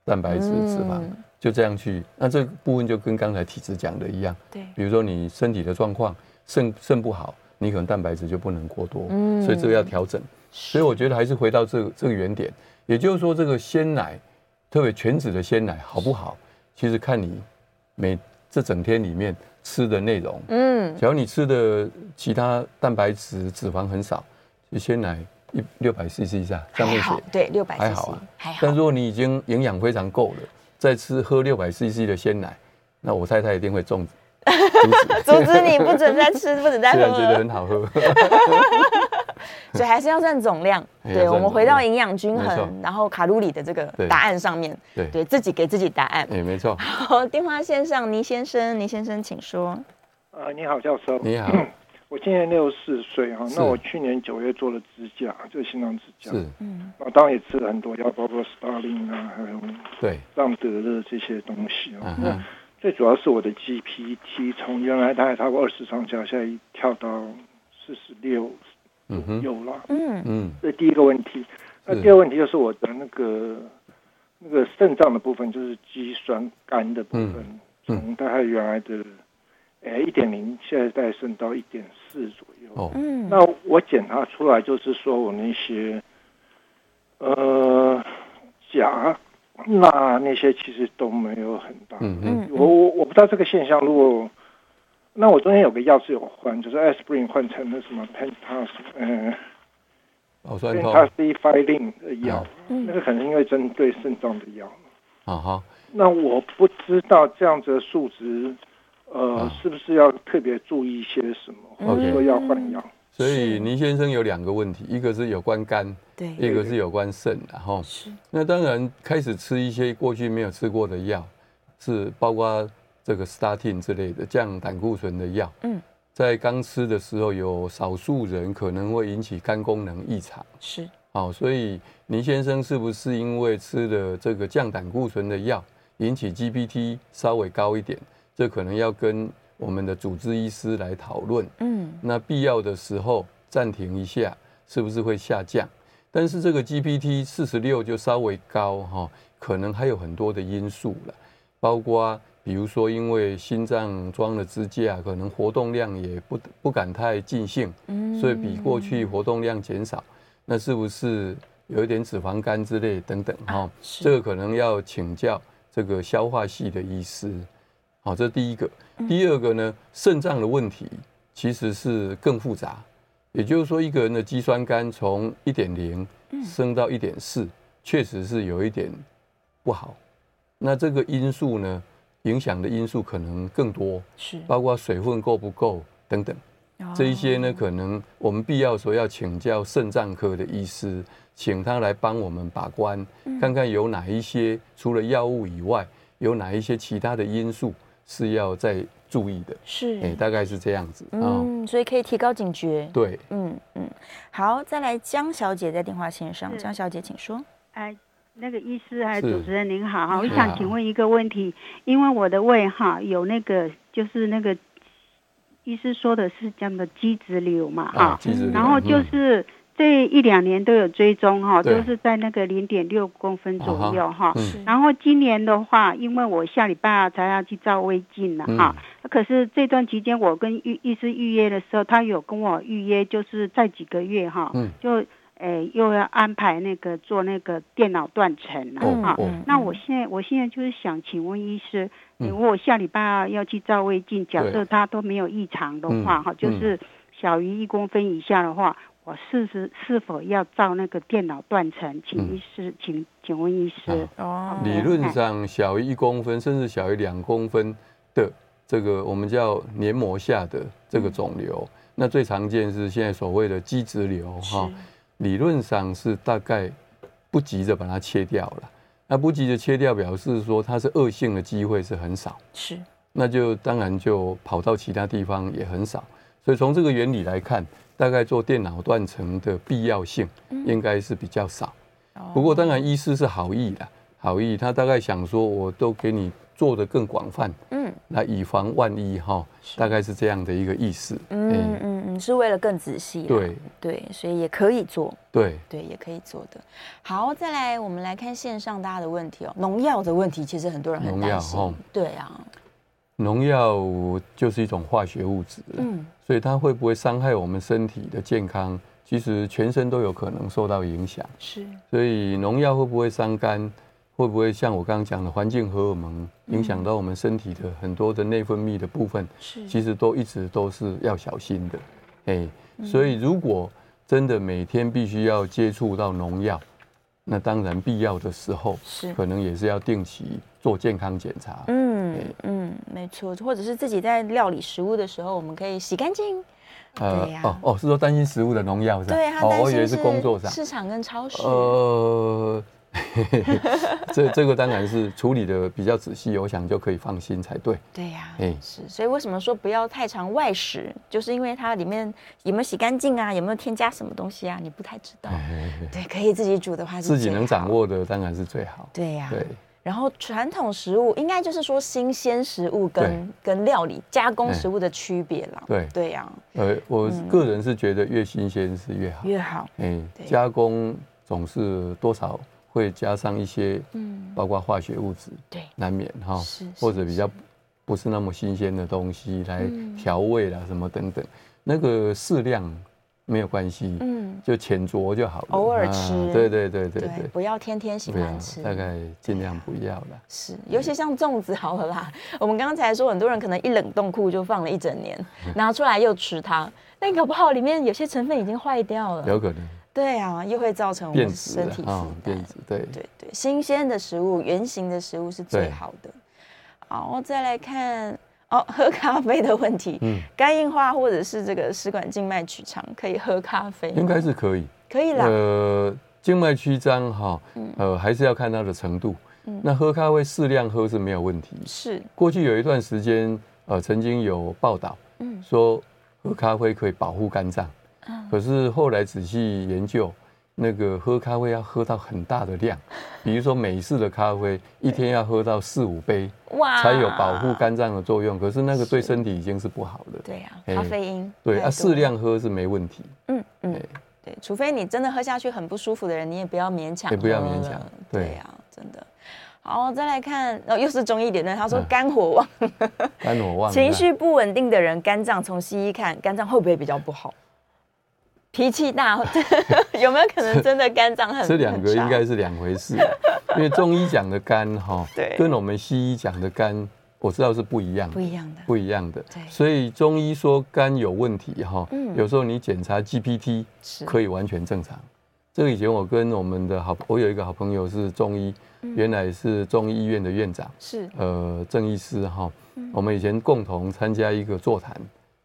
蛋白质、脂肪，
嗯
就这样去。那这部分就跟刚才体质讲的一样，
对，
比如说你身体的状况，肾肾不好，你可能蛋白质就不能过多，
嗯
所以这个要调整。所以我觉得还是回到这个这个原点，也就是说，这个鲜奶，特别全脂的鲜奶好不好，其实看你每这整天里面吃的内容。
嗯，
只要你吃的其他蛋白质、脂肪很少，就鲜奶一六百 CC 以下上
还
面
好
写，
对，六百
还好啊
还好
但，如果你已经营养非常够了，再吃喝六百 CC 的鲜奶，那我太太一定会 中毒死。
阻止你不准再吃，不准再
虽
喝
啊然觉得
了。
很 好喝，
所以还是要算总量。
哎
对，
要算
我们回
总
到
量
营养均
没错
衡，然后卡路里的这个
对
答案上面，
对
对自己给自己答案。
哎，没错，
好，电话线上倪先生，倪先生请说。
啊，你好，教授。
你好，
我今年六十四岁哈，
是
那我去年九月做了指甲，就心脏指甲。
是，
我当然也吃了很多药，包括 Starling 啊，还有
对，
让德的这些东西哦。
嗯
那
哼，
最主要是我的 GPT 从原来大概超过二十上下，现在跳到四十六
嗯哼，
右了。
嗯，
嗯，
这第一个问题。那
是
第二个问题就是我的那个那个肾脏的部分，就是肌酸酐的部分，
嗯
从大概原来的诶一点零，现在大概升到一点四左右。
哦，
嗯
那我检查出来就是说我那些呃钾钠那些其实都没有很大。
嗯哼，
嗯
我我我不知道这个现象，如果那我中间有个药是有换，就是 aspirin 换成了什么 pentas，嗯、
哦，酸
因为
痛，
它是一 filing 的药，
嗯
那个可能因为针对肾脏的药。
啊哈，
那我不知道这样子的数值，呃，
啊
是不是要特别注意一些什么，或者
OK
说要换药？
所以倪先生有两个问题，一个是有关肝，
对，
一个是有关肾，然后
是
那当然开始吃一些过去没有吃过的药，是包括这个 statin 之类的降胆固醇的药，
嗯，
在刚吃的时候，有少数人可能会引起肝功能异常。
是
好，所以倪先生是不是因为吃了这个降胆固醇的药，引起 GPT 稍微高一点？这可能要跟我们的主治医师来讨论。
嗯
那必要的时候暂停一下，是不是会下降？但是这个 GPT 四十六就稍微高哈、可能还有很多的因素了，包括比如说因为心脏装了支架，可能活动量也不不敢太尽兴，
嗯
所以比过去活动量减少，那是不是有一点脂肪肝之类等等哈、
啊是
哦这个可能要请教这个消化系的医师。好，这第一个。第二个呢，肾脏的问题其实是更复杂。也就是说，一个人的肌酸酐从一点零升到一点四，确实是有一点不好。那这个因素呢，影响的因素可能更多，
是
包括水分够不够等等。这一些呢，可能我们必要时候要请教肾脏科的医师，请他来帮我们把关，
嗯
看看有哪一些除了药物以外，有哪一些其他的因素是要再注意的。
是
哎、大概是这样子啊、
嗯，所以可以提高警觉。
对，
嗯嗯，好，再来江小姐在电话线上，
是
江小姐请说。
哦
哎，那个医师还有
是
主持人您好哈，我
是啊
想请问一个问题，因为我的胃哈有那个就是那个医师说的是这样的基质瘤嘛哈、
啊，记住了。
然后就
嗯
是这一两年都有追踪哈，
对
都是在那个零点六公分左右哈。
嗯
是
然后今年的话，因为我下礼拜啊才要去照胃镜了
嗯
哈，可是这段期间我跟医医师预约的时候，他有跟我预约，就是在几个月哈，
嗯
就诶又要安排那个做那个电脑断层了
哦
哈。
嗯
哦
那我现在我现在就是想请问医师，
嗯
如果我下礼拜啊要去照胃镜，假
对
设它都没有异常的话，
嗯
哈、就是小于一公分以下的话，我是是是否要照那个电脑断层？请医师，请请问医师
啊，
哦
嗯理论上小于一公分，甚至小于两公分的这个我们叫黏膜下的这个肿瘤，那最常见是现在所谓的基质瘤哈，理论上是大概不急着把它切掉了。那不急着切掉，表示说它是恶性的机会是很少，
是
那就当然就跑到其他地方也很少。所以从这个原理来看，大概做电脑断层的必要性应该是比较少。
哦
哦
不过当然，医师是好意啦，好意，他大概想说，我都给你做的更广泛，
嗯
那以防万一哈，大概是这样的一个意思。
嗯
哎，
嗯嗯，是为了更仔细啦。
对
对，所以也可以做。
对，
对，也可以做的。好，再来，我们来看线上大家的问题哦。农药的问题，其实很多人很
农
担
药
心。
哦
对啊，
农药就是一种化学物质，啊
嗯，
所以它会不会伤害我们身体的健康，其实全身都有可能受到影响。
是
所以农药会不会伤肝？会不会像我刚刚讲的环境荷尔蒙影响到我们身体的很多的内分泌的部分？
是
其实都一直都是要小心的，哎，
嗯
所以如果真的每天必须要接触到农药，那当然必要的时候，
是
可能也是要定期做健康检查。
嗯嗯，没错，或者是自己在料理食物的时候，我们可以洗干净。对呀
哦哦，是说担心食物的农药是吧？
对，他
哦，
担
我以为
心
是工作上。
市场跟超市。
呃， 嘿嘿嘿这这个当然是处理的比较仔细，我想就可以放心才对。
对呀、
哎
是，所以为什么说不要太常外食，就是因为它里面有没有洗干净啊，有没有添加什么东西啊，你不太知道。对，可以自己煮的话是
哎 自己能
最好
掌。握的当然是最好。
对呀、
对，
然后传统食物应该就是说新鲜食物跟跟料理加
哎
工食物的区别啦。
对
对嗯呀、
呃，我个人是觉得越新鲜是越好。
越好
哎，
对
加工总是多少会加上一些，
嗯
嗯，包括化学物质，
对
难免哈
是是，嗯
或者比较不是那么新鲜的东西来调味啦，什么等等，那个适量没有关系，
嗯
嗯，就浅酌就好了，
偶尔
啊
吃
对对对对
对
对，
不要天天喜
不要
欢吃。啊
大概尽量不要了，
是，尤其像粽子好了啦。我们刚才说，很多人可能一冷冻库就放了一整年，拿出来又吃它，但搞不好里面有些成分已经坏掉了。
有可能
对啊，又会造成我
变
们
质
身体
了
负
啊，
担
变。质，对
对对，新鲜的食物、原形的食物是最
对
好的。好，再来看哦，喝咖啡的问题，
嗯
肝硬化或者是这个食管静脉曲张，可以喝咖啡吗，
应该是可以，
可以啦。嗯
呃，静脉曲张哈，呃，还是要看它的程度。那喝咖啡适量喝是没有问题。
是，
过去有一段时间，呃，曾经有报道，
嗯
说喝咖啡可以保护肝脏，可是后来仔细研究，那个喝咖啡要喝到很大的 量，比如说美式的咖啡一天要喝到四五杯，
哇
才有保护肝脏的作用。可是那个对身体已经是不好的。
对呀、
哎
咖啡因
对
太
啊，
多
适量喝是没问题。
嗯嗯
哎，
对，除非你真的喝下去很不舒服的人，你也不要勉强喝了，
也不要勉强对
对呀、啊真的。好，再来看，哦，又是中医理论，他说
嗯
肝 火旺，
肝火旺，
情绪不稳定的人，肝脏从西医看，肝脏会不会比较不好？脾气大， 有没有可能真的肝脏很？
这两个
很差
应该是两回事，啊因为中医讲的肝哈，
对
跟我们西医讲的肝，我知道是不一样
不
的。
一样的。
不一样的
对，
所以中医说肝有问题哈，
嗯
有时候你检查 GPT
是
可以完全正常。这个以前我跟我们的好，我有一个好朋友是中医，
嗯
原来是中医医院的院长，
是
呃，郑医师哈，
嗯
我们以前共同参加一个座谈，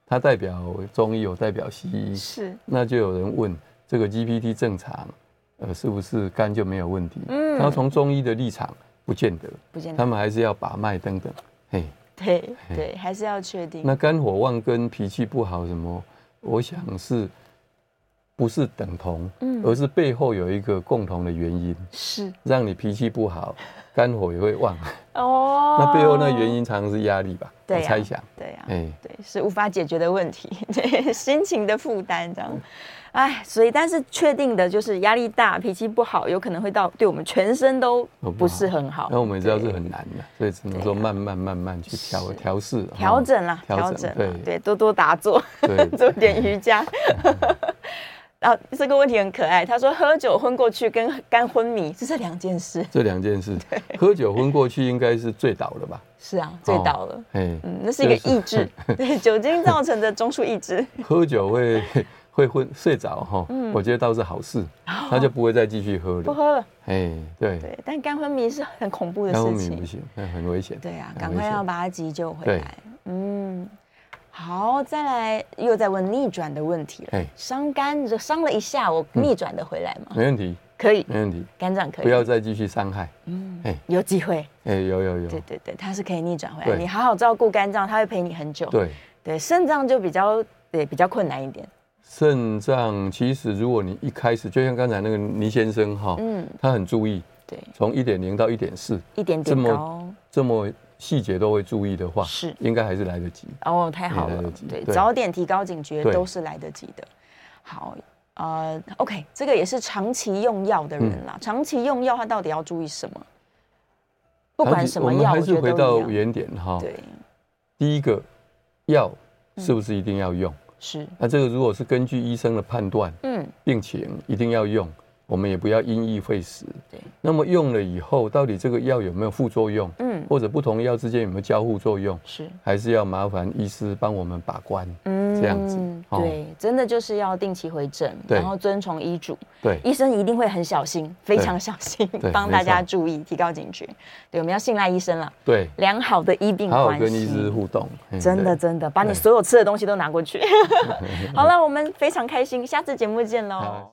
他代表中医，我代表西医，
是，
那就有人问这个 GPT 正常，呃，是不是肝就没有问题？
嗯
他从中医的立场不见得，
不见
他
得。
们还是要把脉等等。嘿，
嗯对对，还是要确定。
那肝火旺跟脾气不好什么，我想是不是等同，
嗯
而是背后有一个共同的原因，
是
让你脾气不好，肝火也会旺。
哦
那背后那原因常常是压力吧？
对啊
我
呀
猜想。
对呀、
哎，
对，是无法解决的问题， 对，心情的负担这样。哎，所以但是确定的就是压力大、脾气不好，有可能会到对我们全身都
都不
不
好
是很好。
那我们也知道
哦对啊
是很难的，所以只能说慢慢慢慢去调
是
调试、
调整啦，
哦调
调
整
整啦
对，
对，多多打坐，
对
做 点瑜伽。 然后这个问题很可爱，他说喝酒昏过去跟肝昏迷是这两件事。
这两件事， 喝酒昏过去应该是醉倒了吧？
是啊，醉倒了。
哎，
嗯，那是一个
就是
意 志，对酒精造成的中枢抑制。
喝酒会会昏睡着哈，我觉得倒是好事，他就不会再继续喝
嗯哦不
了。
喝了，
哎，对，
对，但肝昏迷是很恐怖的
肝昏
事
迷
情
不。行，那很危险。
对啊，
很
赶
危
快
险
要把它急救回
对
来。嗯，好，再来又在问逆转的问题了
嘿。
伤肝这伤了一下，我逆转的回来吗？
没问题，
可以，
没问题，
肝脏可以，
嗯不要再继续伤害。
有机会。
哎，有有
嗯对
有，
对对，它是可以逆转回来。
对
你好好照顾肝脏，它会陪你很久。
对，
对，肾脏就比较对比较困难一点。
肾脏其实如果你一开始就像刚才那个倪先生哈，
嗯，
他很注意，
对，
从一点零到一点四
一点
这
点高
么。这么细节都会注意的话，
是
应该还是来得及。
哦，太好
也来
了
得及，
对，
对
早点提高警觉
对
都是来得及的。好，呃，OK，这个也是长期用药的人
嗯
啦。长期用药，他到底要注意什么？不管什么
我们
药，
还
我
是
觉
回
得都
到
一样。
原点哈。
对，嗯
第一个，药是不是一定要用？
是，
那这个如果是根据医生的判断，
嗯，
病情一定要用，我们也不要因噎废食。
对，
那么用了以后，到底这个药有没有副作用？
嗯
或者不同药之间有没有交互作用？
是，
还是要麻烦医师帮我们把关。
嗯
这样子哦
对，真的就是要定期回诊，
对
然后遵从医嘱。
对，
医生一定会很小心，非常小心
对，
帮大家
没错
注意，提高警觉。对，我们要信赖医生了，
对，
良好的医病
好
关
好
系。
跟医师互动。嘿
真的
嗯对
真的，把你
对 嗯
所有吃的东西都拿过去。好了，我们非常开心，下次节目见喽
好。